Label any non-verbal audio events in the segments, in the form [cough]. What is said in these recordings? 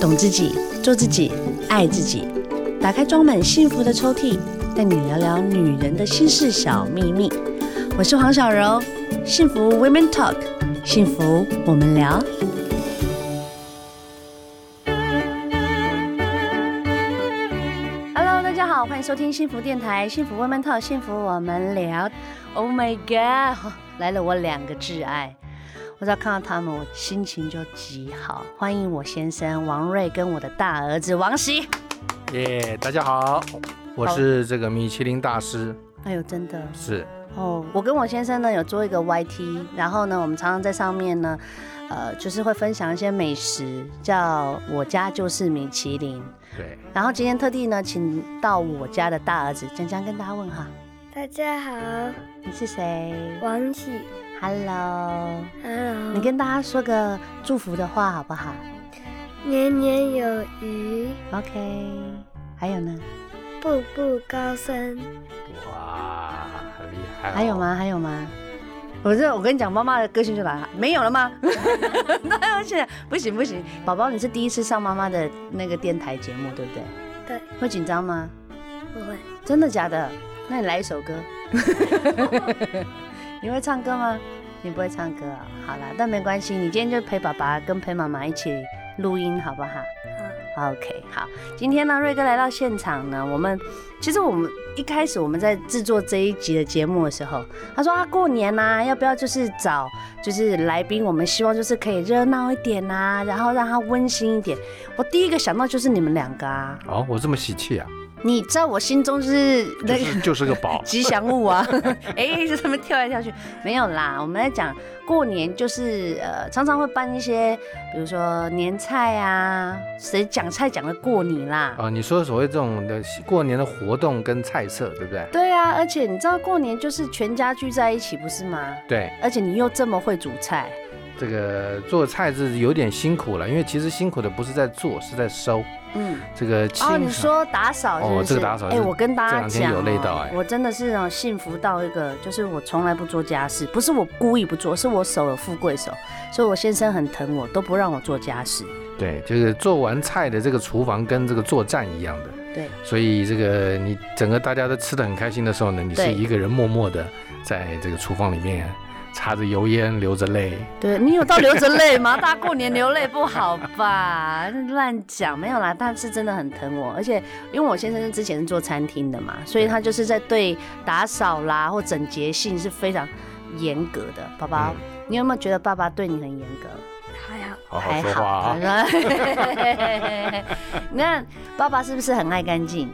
懂自己，做自己，爱自己。打开装满幸福的抽屉，带你聊聊女人的心事小秘密。我是黄小柔，幸福 Women Talk，幸福我们聊。Hello，大家好，欢迎收听幸福电台，幸福 Women Talk，幸福我们聊。Oh my God，来了我两个挚爱。我只要看到他们，我心情就极好。欢迎我先生王瑞跟我的大儿子王喜。耶大家好，我是这个米其林大师，哎呦，真的是哦！我跟我先生呢有做一个 YT，然后呢，我们常常在上面呢，呃，就是会分享一些美食，叫我家就是米其林。对，然后今天特地呢，请到我家的大儿子江江跟大家问哈，大家好，你是谁王哦喜？Hello， ，Hello，你跟大家说个祝福的话好不好年年有余， ？OK，还有呢？步步高升，哇，很厉害、哦还有？吗？还有吗？我这我跟你讲，妈妈的个性就来了，没有了吗？那而且不行不行，宝宝你是第一次上妈妈的那个电台节目，对不对？对，会紧张吗？不会，真的假的？那你来一首歌。你会唱歌吗？你不会唱歌啊、好啦，但没关系，你今天就陪爸爸跟陪妈妈一起录音，好不好？OK，好，今天呢，瑞哥来到现场呢，我们其实我们一开始我们在制作这一集的节目的时候，他说啊，过年呐、要不要就是找就是来宾，我们希望就是可以热闹一点呐、然后让它温馨一点。我第一个想到就是你们两个啊，哦，我这么喜气啊，你在我心中就是就那个。，是就是个宝 [laughs] 吉祥物啊！ [laughs] 哎、就他们跳来跳去，没有啦。我们在讲过年，就是呃，常常会办一些，比如说年菜啊，谁讲菜讲的过你啦。啊、你说所谓这种的过年的活动跟菜色，对不对？对啊，而且你知道过年就是全家聚在一起，不是吗？对，而且你又这么会煮菜，这个做菜是有点辛苦了，因为其实辛苦的不是在做，是在收。嗯。这个清哦，你扫说打扫是不是？哦这个打扫哎、是我跟大家这讲、两哦，天有累到哎我真的是哦，幸福到一个，就是我从来不做家事，不是我故意不做，是我手有富贵手，所以我先生很疼我，都不让我做家事。对，就是做完菜的这个厨房跟这个作战一样的。对，所以这个你整个大家都吃的很开心的时候呢，你是对一个人默默的在这个厨房里面擦着油烟，流着泪。对你有到流着泪吗？ [laughs] 大过年流泪不好吧？乱讲没有啦，但是真的很疼我，而且因为我先生之前是做餐厅的嘛，所以他就是在对打扫啦或整洁性是非常严格的。宝嗯宝，你有没有觉得爸爸对你很严格？还好，好好还说好话啊！ [laughs] 那爸爸是不是很爱干净？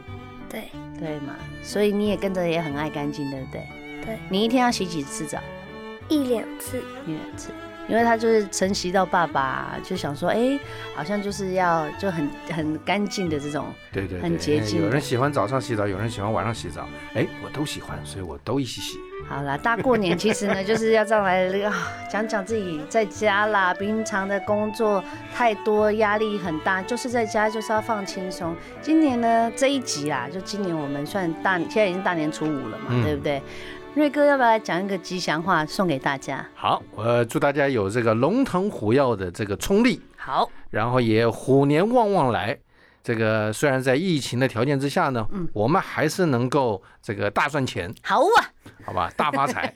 对，对嘛？所以你也跟着也很爱干净，对不对？对，你一天要洗几次澡？一两次，一两次，因为他就是承袭到爸爸，就想说，哎、好像就是要就很很干净的这种，对对对，哎很洁净有人喜欢早上洗澡，有人喜欢晚上洗澡，哎，我都喜欢，所以我都一起洗。好啦，大过年其实呢，就是要这样来啊，讲讲自己在家啦，平常的工作太多，压力很大，就是在家就是要放轻松。今年呢这一集啦，就今年我们算大，现在已经大年初五了嘛，嗯对不对？瑞哥要不要来讲一个吉祥话送给大家？好，我祝大家有这个龙腾虎跃的这个冲力，好，然后也虎年旺旺来。这个虽然在疫情的条件之下呢，嗯我们还是能够这个大赚钱，好啊。好吧，大发财。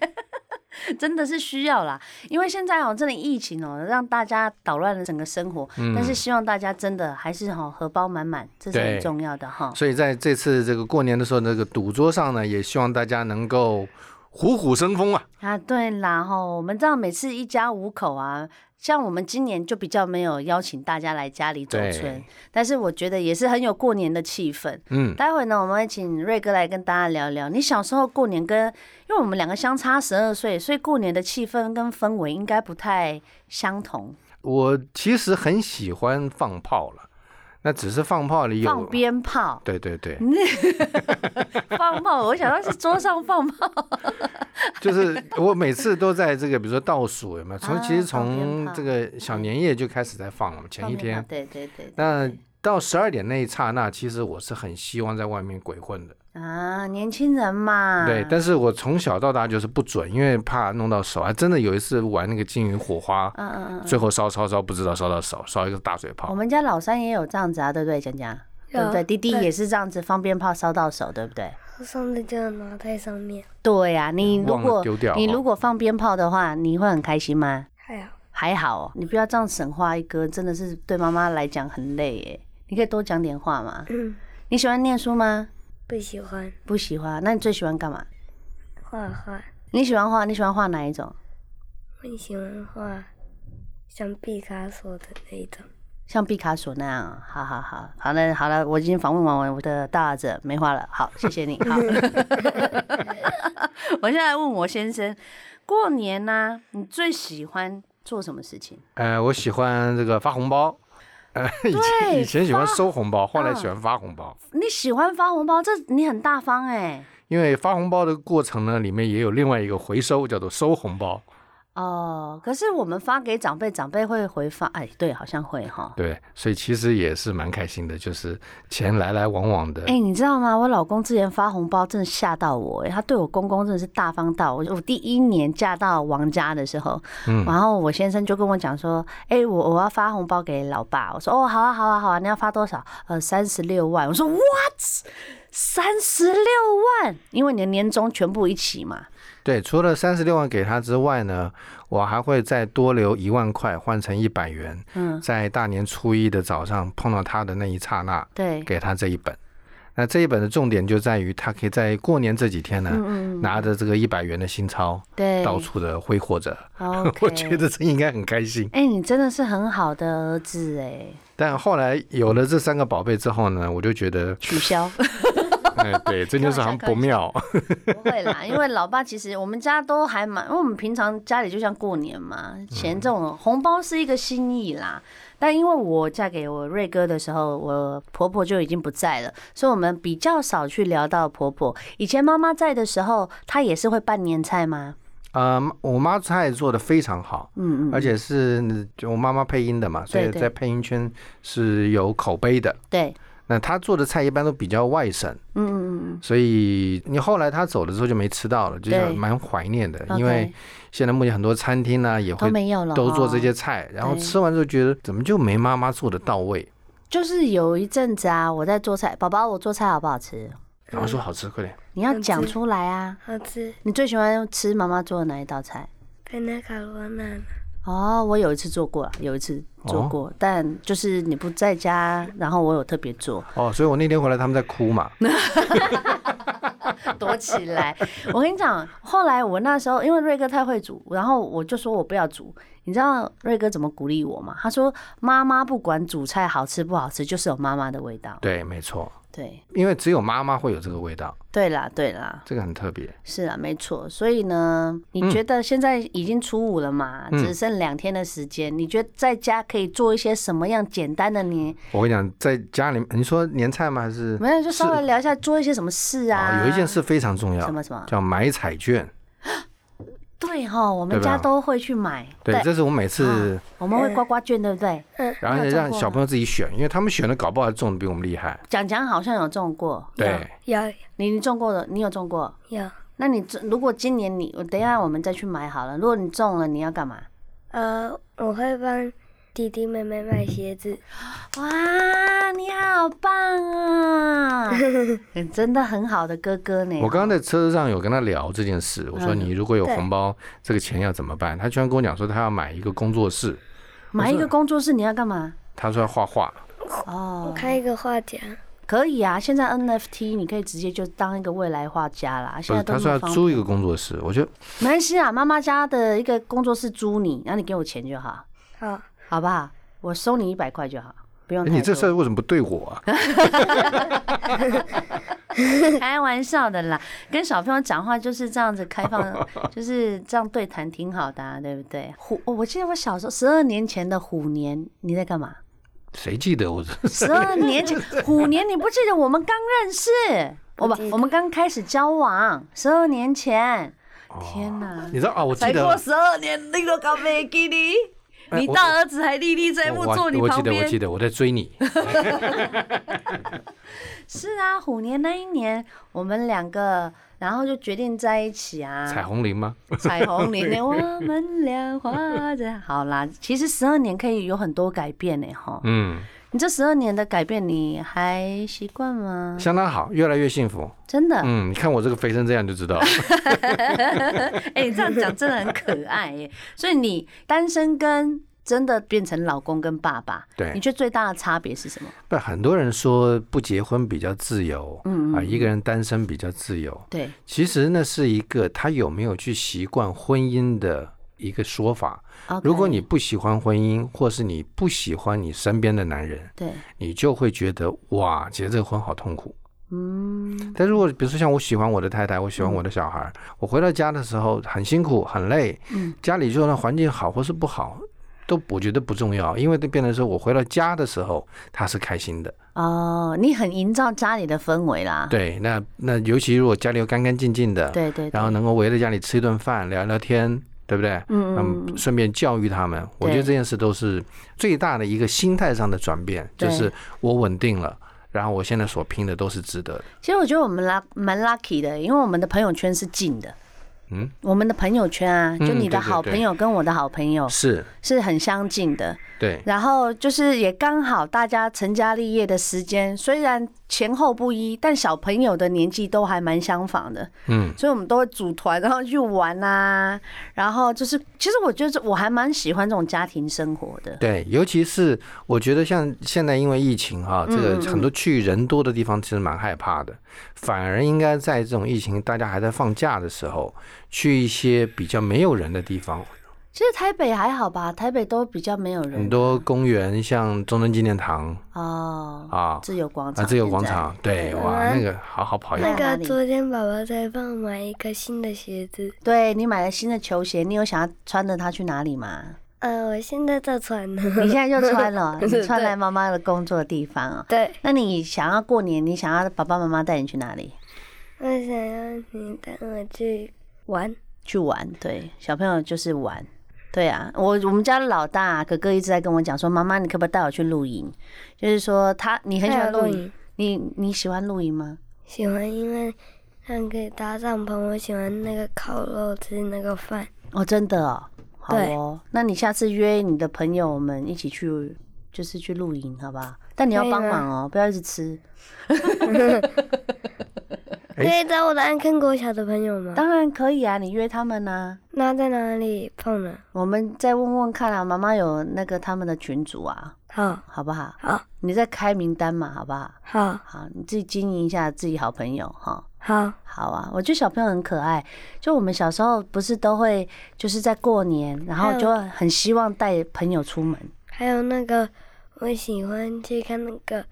真的是需要啦，因为现在哦、真的疫情哦、让大家捣乱了整个生活。嗯但是希望大家真的还是哈、荷包满满，这是对很重要的哈。所以在这次这个过年的时候，那个赌桌上呢，也希望大家能够虎虎生风啊。啊，对啦哈，我们这样每次一家五口啊，像我们今年就比较没有邀请大家来家里走对村，但是我觉得也是很有过年的气氛。嗯，待会呢，我们会请瑞哥来跟大家聊聊你小时候过年跟，因为我们两个相差十二岁，所以过年的气氛跟氛围应该不太相同。我其实很喜欢放炮了，那只是放炮里有啊放鞭炮，对 [laughs] 对对，放炮，我想到是桌上放炮。就是我每次都在这个，比如说倒数 [laughs] 有没有？从啊其实放鞭炮从这个小年夜就开始在放啊了嘛，前一天。对对对，那到十二点那一刹那，其实我是很希望在外面鬼混的，啊，年轻人嘛，对，但是我从小到大就是不准，因为怕弄到手。还真的有一次玩那个金鱼火花，嗯嗯嗯嗯，最后烧烧烧，不知道烧到手，烧一个大嘴我泡。们家老三也有这样子啊，对不对，讲讲？对不对？弟弟对也是这样子，放鞭炮烧到手，对不对？上次就拿在上面，对呀、你如忘了果丢掉你哦如果放鞭炮的话，你会很开心吗？还 [laughs] 好，还好哦，你不要这样神话一哥，真的是对妈妈来讲很累耶。你可以多讲点话嘛。嗯，你喜欢念书吗？不喜欢不喜欢。那你最喜欢干嘛？画画，你喜欢画？你喜欢画哪一种？我喜欢画像毕卡索的那一种，像毕卡索那样啊，好好好，好了好了，我已经访问完我的大儿子，没话了，好，谢谢你。 [laughs] 好，我现在问我先生，过年呢、你最喜欢做什么事情？呃，我喜欢这个发红包， [laughs] 呃，以前对以前喜欢收红包，后来嗯喜欢发红包。你喜欢发红包，这你很大方哎、因为发红包的过程呢，里面也有另外一个回收，叫做收红包。哦，可是我们发给长辈，长辈会回发，哎，对，好像会哈。对，所以其实也是蛮开心的，就是钱来来往往的。哎、你知道吗？我老公之前发红包真的吓到我、哎，他对我公公真的是大方到我。我第一年嫁到王家的时候，嗯然后我先生就跟我讲说：“哎、我我要发红包给老爸。”我说：“哦，好啊，好啊，好啊，你要发多少？呃，三十六万。”我说：“What？三十六万？因为你的年终全部一起嘛。对，除了三十六万给他之外呢，我还会再多留一万块，换成一百元，嗯，在大年初一的早上碰到他的那一刹那，对，给他这一本。那这一本的重点就在于，他可以在过年这几天呢，嗯嗯，拿着这个一百元的新钞，对，到处的挥霍着。 OK。 [laughs] 我觉得这应该很开心。哎、你真的是很好的儿子哎、但后来有了这三个宝贝之后呢，我就 [laughs] 觉得，取消。哎，对，这件事好像不 [laughs] 妙。不会啦，因为老爸其实我们家都还蛮，因为我们平常家里就像过年嘛，钱嗯这种红包是一个心意啦。但因为我嫁给我瑞哥的时候，我婆婆就已经不在了，所以我们比较少去聊到婆婆。以前妈妈在的时候，她也是会拌年菜吗？呃，我妈菜做的非常好，嗯嗯，而且是就我妈妈配音的嘛，所以对对在配音圈是有口碑的。对，那她做的菜一般都比较外省，嗯嗯嗯所以你后来她走了之后就没吃到了，就是对蛮怀念的。嗯，因为 OK，现在目前很多餐厅呢、也都会没有了，啊都做这。些菜，然后对吃完之后觉得怎么就没妈妈做的到位，就是有一阵子啊，我在做菜，宝宝，我做菜好不好吃？然后说好吃，快点。你要好吃讲出来啊！好吃，你最喜欢吃妈妈做的哪一道菜？跟那卡罗娜哦，我有一次做过了，有一次做哦过，但就是你不在家，然后我有特别做，哦，所以我那天回来他们在哭嘛， [laughs] 嗯躲起来。我跟你讲，后来我那时候因为瑞哥太会煮，然后我就说我不要煮。你知道瑞哥怎么鼓励我吗？他说：“妈妈不管煮菜好吃不好吃，就是有妈妈的味道。对，没错，”对，因为只有妈妈会有这个味道，对啦，对啦，这个很特别。是啦，没错。所以呢，你觉得现在已经初五了嘛，嗯只剩两天的时间，你觉得在家可以做一些什么样简单的年我跟你讲，在家里，你说年菜吗？还是哦没有，就稍微聊一下做一些什么事啊。有一件事非啊常重要什，么什么，叫买彩券。对哈，我们对吧家都会去买，对，这是我每次，我们会刮刮券，对不对？然啊后你有中让过小吗朋友自己选，因为他们选的搞不好中的比我们厉害。蒋蒋好像有中过，对，要你你中过的，你有中过？要那你中如果今年你，我等一下我们再去买好了。如果你中了，你要干嘛？呃，我会帮弟弟妹妹买鞋子，哇，你好棒 [laughs] 啊！你真的很好的哥哥呢。我刚刚在车上有跟他聊这件事，我说嗯你如果有对红包，这个钱要怎么办？他居然跟我讲说他要买一个工作室，买一个工作室，你要干嘛？他说要画画。哦我，开一个画家，可以啊，现在 NFT 你可以直接就当一个未来画家啦。不现在是，都他那说么要方租一个工作室，我就没关系啊，妈妈家的一个工作室租你，然后你给我钱就好，好，好不好？我收你一百块就好，不用哎太多。你这事儿为什么不对我 [laughs] 啊？开玩笑的啦，跟小朋友讲话就是这样子开放， [laughs] 就是这样对谈挺好的、啊，对不对？虎、哦我记得我小时候十二年前的虎年，你在干嘛？谁记得我？十二年前 [laughs] 虎年，你不记得我们刚认识？哦不不记，得我们刚开始交往，十二年哦前。天哪！ [laughs] 你知道啊？我记才过得哎十二年，你都搞没记哩？你我大儿子还历历在目，我坐你我记旁得，我记边。嗯得，我在追你。是啊，虎年那一年，我们两个，然后就决定在一起啊。彩虹铃吗？彩虹里 [laughs] 面，我们俩画着。好啦，其实十二年可以有很多改变呢，哈。嗯，你这十二年的改变，你还习惯吗？相当好，越来越幸福。真的，嗯，你看我这个肥成这样就知道。 [laughs] 哎、你这样讲真的很可爱 [laughs] 耶。所以你单身跟真的变成老公跟爸爸，对你觉得最大的差别是什么？不，很多人说不结婚比较自由，嗯啊，一个人单身比较自由。对，其实那是一个他有没有去习惯婚姻的一个说法。 OK 如果你不喜欢婚姻，或是你不喜欢你身边的男人，对，你就会觉得哇，结这个婚好痛苦。嗯，但如果比如说像我喜欢我的太太，我喜欢我的小孩儿，我回到家的时候很辛苦很累，嗯家里就算环境好或是不好，都我觉得不重要，因为对变成说我回到家的时候他是开心的。哦，你很营造家里的氛围啦。对，那那尤其如果家里又干干净净的，对对对，然后能够围在家里吃一顿饭聊聊天，对不对？嗯嗯嗯，嗯，顺便教育他们，我觉得这件事都是最大的一个心态上的转变，就对是我稳定了，然后我现在所拼的都是值得的。其实我觉得我们拉蛮 lucky 的，因为我们的朋友圈是近的。嗯，我们的朋友圈啊，嗯就你的对对好朋友跟我的好朋友是，是很相近的，对，然后就是也刚好大家成家立业的时间，虽然前后不一，但小朋友的年纪都还蛮相仿的，嗯，所以我们都会组团，然后去玩啊，然后就是，其实我觉得我还蛮喜欢这种家庭生活的。对，尤其是我觉得像现在因为疫情哈、嗯这个很多去人多的地方其实蛮害怕的，反而应该在这种疫情大家还在放假的时候，去一些比较没有人的地方，其实台北还好吧，台北都比较没有人很多公园，像中正纪念堂哦，啊自由广场啊，自由广现在场，对，对哇，嗯那个好好跑一那跑。哪个里昨天爸爸在帮我买一个新的鞋子，对你买了新的球鞋，你有想要穿着它去哪里 [laughs] 吗？呃，我现在在穿呢。你现在就穿 [laughs] 了，你对穿来妈妈的工作地方哦。 [laughs] 对，那你想要过年，你想要爸爸妈妈带你去哪里？我想要你带我去玩。去玩，对，小朋友就是玩。对啊，我我们家的老大、啊哥哥一直在跟我讲说，妈妈，你可不可以带我去露营？就是说他，你很喜欢啊露还有营，，你你喜欢露营吗？喜欢因为像可以搭帐篷，我喜欢那个烤肉吃那个饭。哦，真的哦，好对哦，那你下次约你的朋友们一起去，就是去露营，好不好？但你要可以啊帮吗忙哦，不要一直吃。哎可以找我的安坑国小的朋友吗？当然可以啊，你约他们啊，那在哪里碰呢？我们再问问看啊，妈妈有那个他们的群组啊，好好不好？好你再开名单嘛，好不好？好好，你自己经营一下自己好朋友哈。好，好啊，我觉得小朋友很可爱。就我们小时候不是都会就是在过年，然后还有就会很希望带朋友出门。还有那个我喜欢去看那个，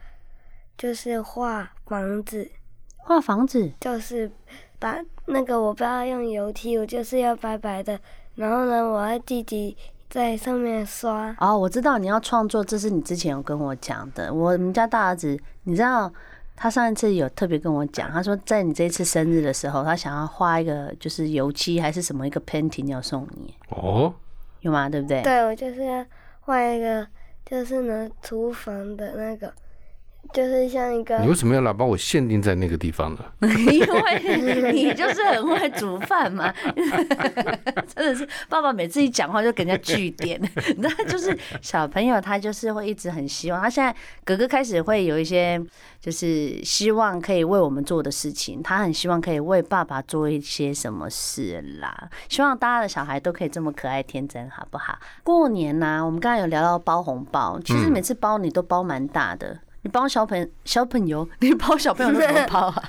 就是画房子，画房子就是把那个我不要用油漆，我就是要白白的，然后呢，我要自己在上面刷。哦，我知道你要创作，这是你之前有跟我讲的。我们家大儿子，你知道他上一次有特别跟我讲，他说在你这一次生日的时候，他想要画一个就是油漆还是什么一个 painting 要送你，哦，有吗？对不对？对，我就是要画一个，就是呢，厨房的那个，就是像一个你为什么要老把我限定在那个地方呢？ [laughs] 因为你就是很会煮饭嘛， [laughs] 真的是爸爸每次一讲话就给人家据点， [laughs] 你知道，就是小朋友他就是会一直很希望，他现在哥哥开始会有一些就是希望可以为我们做的事情，他很希望可以为爸爸做一些什么事啦，希望大家的小孩都可以这么可爱天真，好不好？过年呐、我们刚才有聊到包红包，其实每次包你都包蛮大的。你包小朋小朋友，你包小朋友都怎么包啊？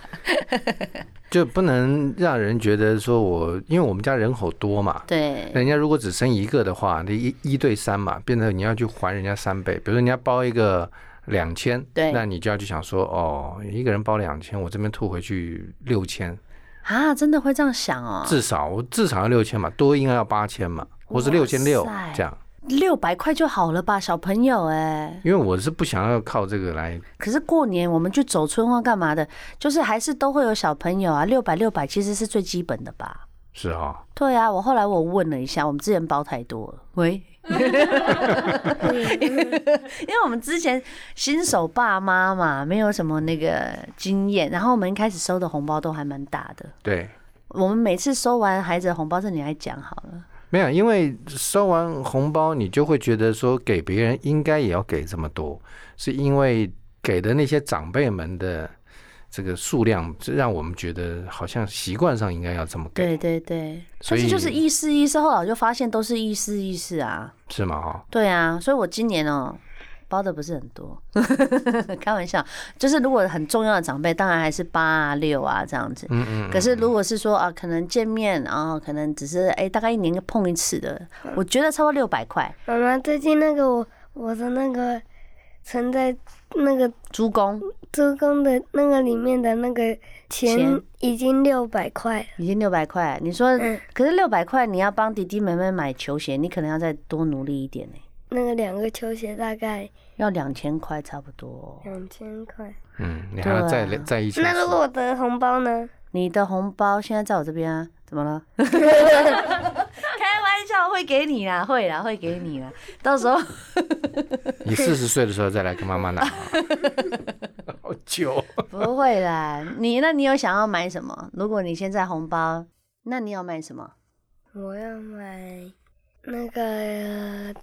就不能让人觉得说我，因为我们家人口多嘛，对，人家如果只生一个的话，那一一对三嘛，变成你要去还人家三倍。比如说人家包一个两千，对那你就要去想说，哦，一个人包两千，我这边吐回去六千，啊，真的会这样想哦，至少我至少要六千嘛，多应该要八千嘛，或是六千六哇塞这样。六百块就好了吧，小朋友哎、因为我是不想要靠这个来，可是过年我们去走村或干嘛的，就是还是都会有小朋友啊，六百六百其实是最基本的吧。是哈、 [laughs] 对啊，我后来我问了一下，我们之前包太多了。喂，因为我们之前新手爸妈嘛，没有什么那个经验，然后我们一开始收的红包都还蛮大的。对，我们每次收完孩子的红包，这你来讲好了。没有，因为收完红包，你就会觉得说给别人应该也要给这么多，是因为给的那些长辈们的这个数量，这让我们觉得好像习惯上应该要这么对给，对对，所但是以就是意思意思，后来我就发现都是意思意思啊。是吗？哈，对啊，所以我今年哦、包的不是很多， [laughs] 开玩笑，就是如果很重要的长辈，当然还是八啊六啊这样子。嗯嗯，可是如果是说啊，可能见面，然、后可能只是哎、大概一年碰一次的，我觉得超过六百块。妈妈，最近那个我我的那个存在那个猪公周公的那个里面的那个钱钱已经六百块了，已经六百块，你说，嗯可是六百块你要帮弟弟妹妹买球鞋，你可能要再多努力一点呢、那个两个球鞋大概要两千块差不多。两千块。嗯，你还要对再啊再一起，那如果我得红包呢？你的红包现在在我这边啊，怎么 [laughs] 了？开玩笑，会给你啦，会啦，会给你啦。到时候你四十岁的时候再来跟妈妈 [laughs] 拿，好久。不会啦。你那你有想要买什么？如果你现在红包，那你要买什么？我要买那个、呃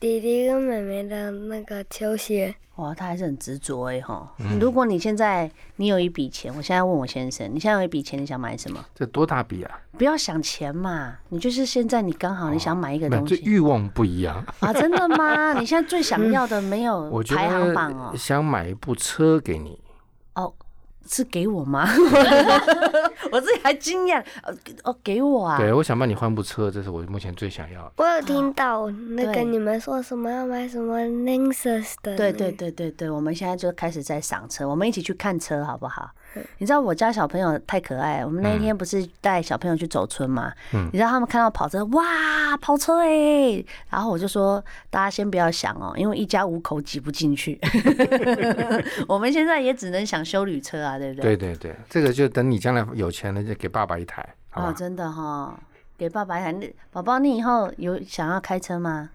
弟弟跟妹妹的那个球鞋。哇，他还是很执着哎哈。嗯如果你现在你有一笔钱，我现在问我先生，你现在有一笔钱，你想买什么？这多大笔啊？不要想钱嘛，你就是现在你刚好你想买一个那东这 [laughs] 西、欲望不一样。啊，真的吗？你现在最想要的没有我觉排行榜哦、得想买一部车给你，哦，是给我吗？ [laughs] 我自己还惊讶，呃哦，给我啊？对我想帮你换部车，这是我目前最想要的。我有听到那对个你们说什么要买什么 Lexus 的，对对，对对对，我们现在就开始在赏车，我们一起去看车好不好？你知道我家小朋友太可爱了，我们那一天不是带小朋友去走村嘛？你知道他们看到跑车，哇，跑车哎、然后我就说，大家先不要想哦，因为一家五口挤不进去， [laughs] 我们现在也只能想修旅车啊，对不对？对对对，这个就等你将来有钱了，就给爸爸一台，好哦，吧？真的哈、给爸爸一台。那宝宝，你以后有想要开车吗？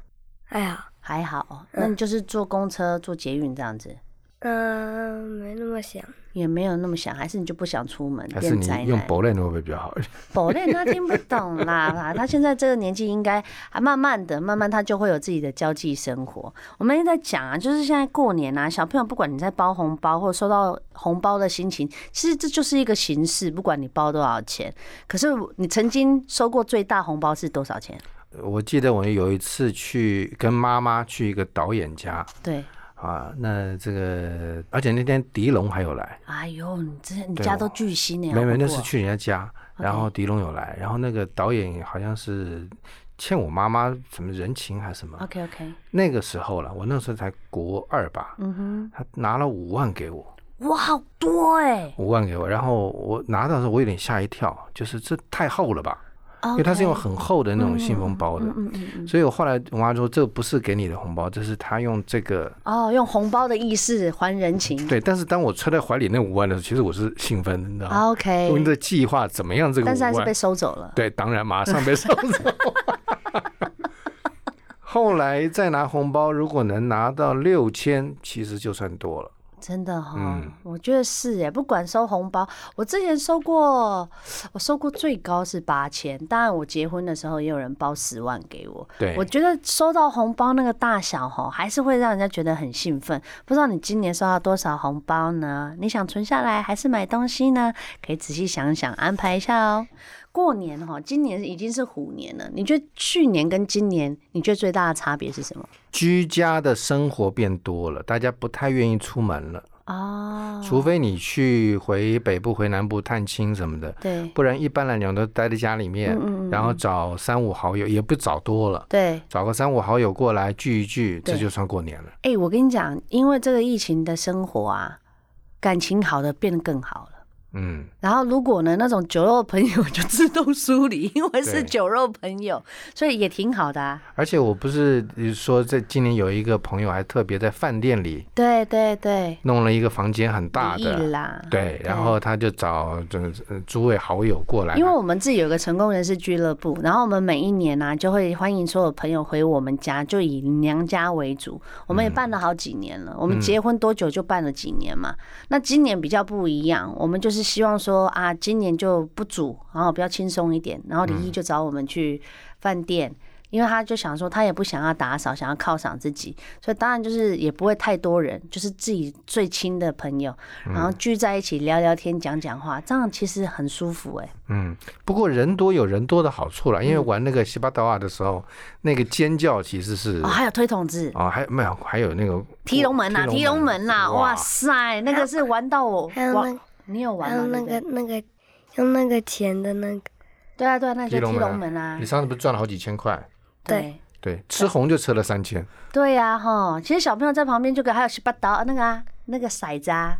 哎呀，还好哦，嗯那你就是坐公车、坐捷运这样子，嗯、没那么想，也没有那么想，还是你就不想出门还是变你宅用男？博类会不会比较好？ [laughs] 宝类他听不懂啦， [laughs] 他现在这个年纪应该还慢慢的、慢慢他就会有自己的交际生活。我们一直在讲啊，就是现在过年啊，小朋友不管你在包红包或者收到红包的心情，其实这就是一个形式，不管你包多少钱。可是你曾经收过最大红包是多少钱？我记得我有一次去跟妈妈去一个导演家对，啊，那这个而且那天狄龙还有来，哎呦，你这你对家我都巨星呢、没好哦没不那过是去人家家，然后狄龙有来，然后那个导演好像是欠我妈妈什么人情还是什么， OK OK，那个时候了，我那时候才国二吧，嗯哼。他拿了五万给我，哇，好多哎、五万给我，然后我拿到的时候我有点吓一跳，就是这太厚了吧，欸！因为它是用 OK 很厚的那种信封包的，嗯嗯嗯，所以我后来我妈说这不是给你的红包，这是她用这个。哦，用红包的意思还人情。对，但是当我揣在怀里那五万的时候，其实我是兴奋的，你知道吗？啊我们，OK，的计划怎么样？这个但五是还是万被，收走了。对，当然马上被收走。 [laughs] 后来再拿红包，如果能拿到六千，其实就算多了。真的哈、嗯我觉得是哎，不管收红包，我之前收过，我收过最高是八千，当然我结婚的时候也有人包十万给我。对，我觉得收到红包那个大小哈，还是会让人家觉得很兴奋。不知道你今年收到多少红包呢？你想存下来还是买东西呢？可以仔细想想，安排一下哦。过年哈，今年已经是虎年了，你觉得去年跟今年，你觉得最大的差别是什么？居家的生活变多了，大家不太愿意出门了，哦，除非你去回北部、回南部探亲什么的，对不然一般来讲都待在家里嗯面，然后找三五好友，也不找多了，对，找个三五好友过来聚一聚，对这就算过年了。哎、我跟你讲，因为这个疫情的生活啊，感情好的变得更好了。嗯，然后如果呢，那种酒肉朋友就自动疏离，因为是对酒肉朋友，所以也挺好的啊。而且我不是说这今年有一个朋友还特别在饭店里对对对，弄了一个房间很大离异的，啦。对，然后他就找就是呃诸位好友过来，因为我们自己有一个成功人士俱乐部，然后我们每一年啊，就会欢迎所有朋友回我们家，就以娘家为主。我们也办了好几年了，我们结婚多久就办了几年嘛。那今年比较不一样，我们就是希望说啊，今年就不煮，然后比较轻松一点。然后李毅就找我们去饭店。因为他就想说，他也不想要打扫，想要犒赏自己，所以当然就是也不会太多人，就是自己最亲的朋友，然后聚在一起聊聊天、讲讲话，这样其实很舒服哎、嗯，不过人多有人多的好处了，因为嗯玩那个西巴达啊瓦的时候，那个尖叫其实是哦，还有推筒子、哦，还没有还有那个提龙门呐、提龙门呐、哇哇，塞，那个是玩到我，还有哇那你有玩还有吗？那对不对个那个用那个钱的那个，对啊对啊，那就提笼提门啊龙门啊你，上次不是赚了好几千块？对对，吃红就吃了三千，对呀、哈，其实小朋友在旁边就给还有十八刀那个啊，那个骰子啊，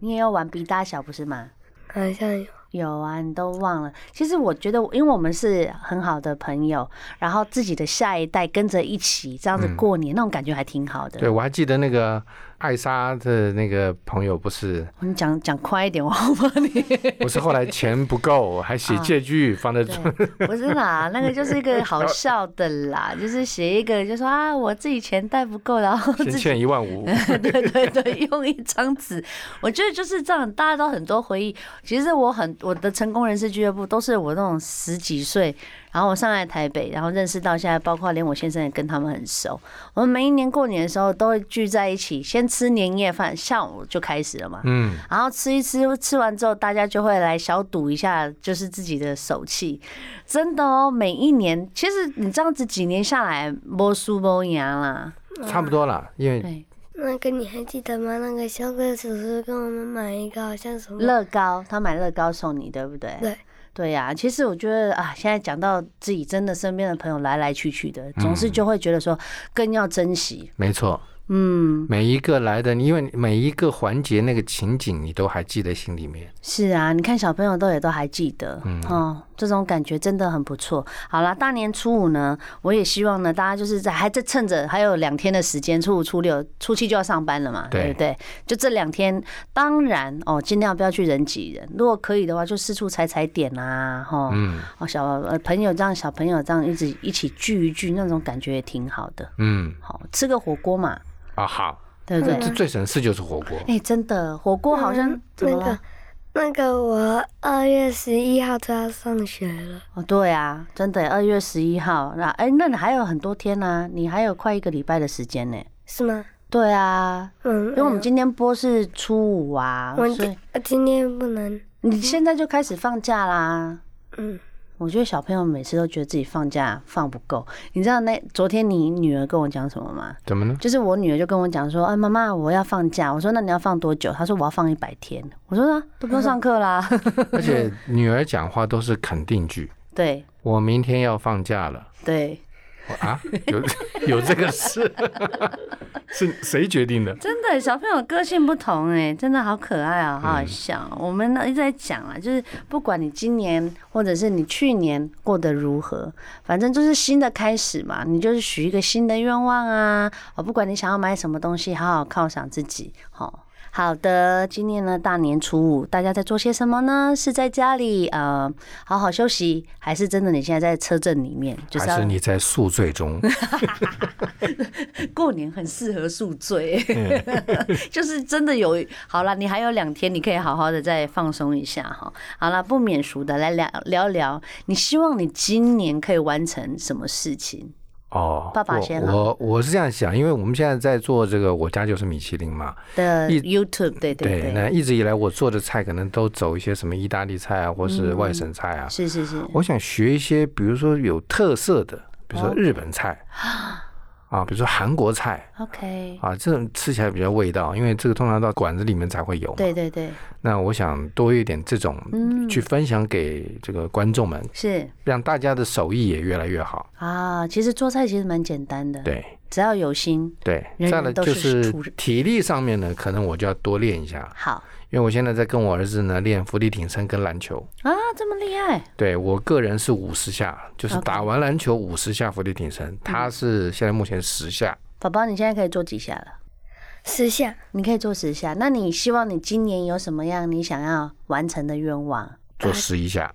你也要玩比大小不是吗？好像有有啊，你都忘了。其实我觉得，因为我们是很好的朋友，然后自己的下一代跟着一起这样子过年，那种感觉还挺好对的。我还记得那个艾莎的那个朋友，不 [laughs] 是你讲讲快一点，我好吗？你不是后来钱不够，还写借据放在桌对，不是啦，那个就是一个好笑的啦，就是写一个就说啊，我自己钱带不够，然后 [laughs] 先自己欠一万五，对对对，用一张纸，我觉得就是这样，大家都很多回忆。其实我很我的成功人士俱乐部都是我那种十几岁，然后我上来台北，然后认识到现在，包括连我先生也跟他们很熟。我们每一年过年的时候都会聚在一起，先吃年夜饭，下午就开始了嘛。嗯，然后吃一吃，吃完之后大家就会来小赌一下，就是自己的手气。真的哦，每一年其实你这样子几年下来，摸输摸赢啦。差不多了，因为对，那个你还记得吗？那个小鬼叔叔跟我们买一个好像什么乐高，他买乐高送你，对不对？对。对呀、其实我觉得啊，现在讲到自己真的身边的朋友来来去去的，总是就会觉得说更要珍惜。没错，嗯，每一个来的，因为每一个环节那个情景你都还记在心里面，是啊，你看小朋友都也都还记得，哦，这种感觉真的很不错。好啦，大年初五呢，我也希望呢，大家就是在还在趁着还有两天的时间，初五、初六、初七就要上班了嘛，对对不对？就这两天，当然哦，尽量不要去人挤人，如果可以的话，就四处踩踩点啊，哈、嗯哦，小呃朋友这样，小朋友这样一直一起聚一聚，那种感觉也挺好的。嗯好、吃个火锅嘛，啊好，对不对？这最省事就是火 [laughs] 锅，哎、真的，火锅好像、嗯怎那么个了？那个我二月十一号就要上学了，哦，对啊，真的，二月十一号，那哎、那你还有很多天呢、你还有快一个礼拜的时间呢、是吗？对啊，嗯，因为我们哎今天播是初五啊，所我以今嗯我今天不能，你现在就开始放假啦。嗯，我觉得小朋友每次都觉得自己放假放不够，你知道那昨天你女儿跟我讲什么吗？怎么呢？就是我女儿就跟我讲说，哎，妈妈，我要放假。我说那你要放多久？她说我要放一百天。我说啊，都不 [laughs] 用上课啦。而且女儿讲话都是肯定句，对我明天要放假了。对，我啊，有 [laughs] 有这个事， [laughs] 是谁决定的？真的小朋友个性不同哎、真的好可爱啊、好好笑哦。我们呢一直在讲啊，就是不管你今年或者是你去年过得如何，反正就是新的开始嘛，你就是许一个新的愿望啊。哦，不管你想要买什么东西，好好犒赏自己。好、好的，今年呢大年初五，大家在做些什么呢？是在家里呃好好休息，还是真的你现在在车阵里面，就是还要是你在宿 [laughs] 醉中？过年很适合宿醉，嗯 [laughs] 就是真的有好了，你还有两天，你可以好好的再放松一下哈。好了，不免俗的来聊聊聊，你希望你今年可以完成什么事情？哦，爸爸先啊我我我是这样想，因为我们现在在做这个，我家就是米其林嘛。的一 YouTube，对对对，那一直以来我做的菜可能都走一些什么意大利菜啊，或是外省菜啊。是是是，我想学一些，比如说有特色的，比如说哦日本菜、 [gasps] 啊，比如说韩国哎菜 OK，啊，这种吃起来比较有味道，因为这个通常到馆子里面才会有嘛。对嗯对对，那我想多一点这种去分享给这个观众们，是让大家的手艺也越来越好。啊，其实做菜其实蛮简单的，对，只要有心，对，人再人来都就是是土人体力上面呢，可能我就要多练一下，好因为我现在在跟我儿子呢练伏地挺身跟篮球。啊，这么厉害，对我个人是五十下，就是 OK 嗯打完篮球五十下伏地挺身，他是现在目前十下。宝宝，你现在可以做几下了？十下你可以做十下。那你希望你今年有什么样你想要完成的愿望？做十一下，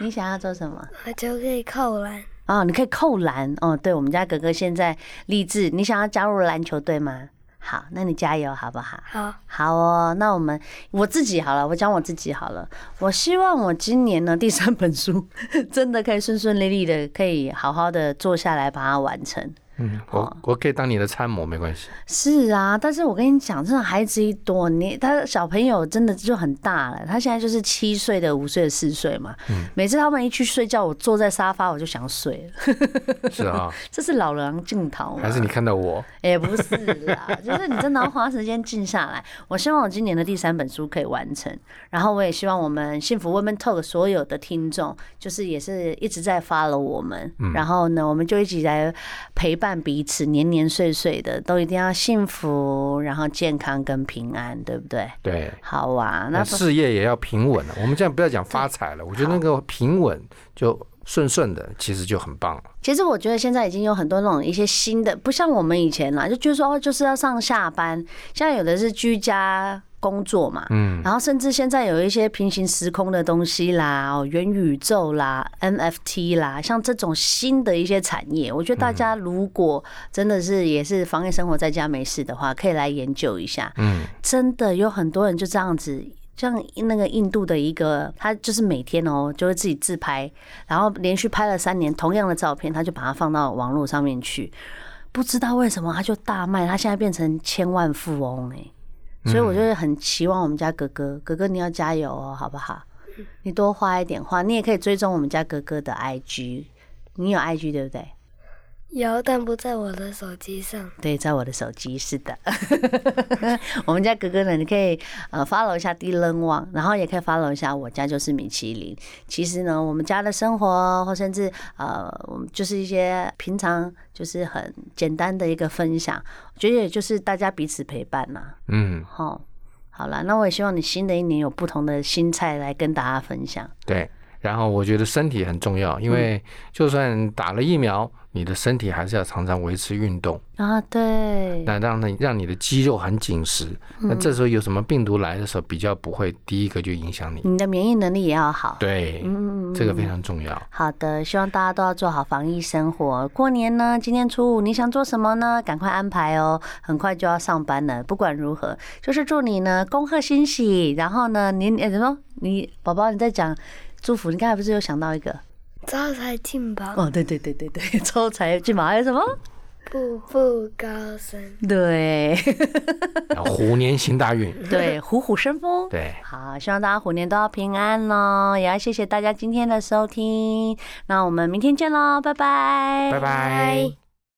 你想要做什么？我就可以扣篮。哦，你可以扣篮哦。对我们家哥哥现在立志，你想要加入篮球队吗？好，那你加油好不好？好，好哦，那我们我自己好了，我讲我自己好了。我希望我今年呢 [laughs] 第三本书真的可以顺顺利利的，可以好好的坐下来把它完成。嗯，我我可以当你的参谋，没 [laughs] 关系。是啊，但是我跟你讲，这种孩子一多，你他小朋友真的就很大了。他现在就是七岁的、五岁的、四岁嘛。每次他们一去睡觉，我坐在沙发我就想睡了，是啊，这是老狼镜头吗还是你看到我？也不是 [laughs] 啦，就是你真的要花时间静下来。我希望我今年的第三本书可以完成，然后我也希望我们幸福 Women Talk 所有的听众，就是也是一直在 follow 我们，嗯然后呢，我们就一起来陪伴彼此，年年岁岁的都一定要幸福，然后健康跟平安，对不对？对，好啊， [laughs] 那那事业也要平稳了。啊我们这样不要讲发财了，我觉得那个平稳就顺顺的，其实就很棒了。其实我觉得现在已经有很多那种一些新的，不像我们以前啦，就觉得说哦，就是要上下班。现在有的是居家工作嘛，嗯，然后甚至现在有一些平行时空的东西啦，哦，元宇宙啦、NFT 啦，像这种新的一些产业，我觉得大家如果真的是也是防疫生活在家没事的话，可以来研究一下。嗯，真的有很多人就这样子。像那个印度的一个，他就是每天哦，就会自己自拍，然后连续拍了三年同样的照片，他就把它放到网络上面去，不知道为什么他就大卖，他现在变成千万富翁哎、所以我就很期望我们家哥哥，哥哥你要加油哦，好不好？你多花一点花，你也可以追踪我们家哥哥的 IG，你有 IG 对不对？有但不在我的手机上。对，在我的手机是的。 [laughs] 我们家哥哥呢，你可以呃 follow 一下低冷网，然后也可以 follow 一下我家就是米其林。其实呢，我们家的生活或甚至呃，我们就是一些平常就是很简单的一个分享，我觉得也就是大家彼此陪伴嘛、嗯，好，好啦，那我也希望你新的一年有不同的新菜来跟大家分享。对。然后我觉得身体很重要，因嗯为就算打了疫苗，你的身体还是要常常维持运动。啊，对，那让你让你的肌肉很紧实，那嗯这时候有什么病毒来的时候，比较不会第一个就影响你。你的免疫能力也要好。对，嗯，嗯嗯这个非常重要。好的，希望大家都要做好防疫生活。过年呢，今天初五你想做什么呢？赶快安排哦，很快就要上班了。不管如何，就是祝你呢恭贺新喜，然后呢年呃什么你宝宝你在讲祝福，你刚才不是有想到一个？招财进宝，哦，对对对对 [laughs] 对，招财进宝还有什么？步步高升。对然后虎年行大运，对，虎虎生风。对，好，希望大家虎年都要平安喽，也要谢谢大家今天的收听。那我们明天见喽，拜拜，拜拜。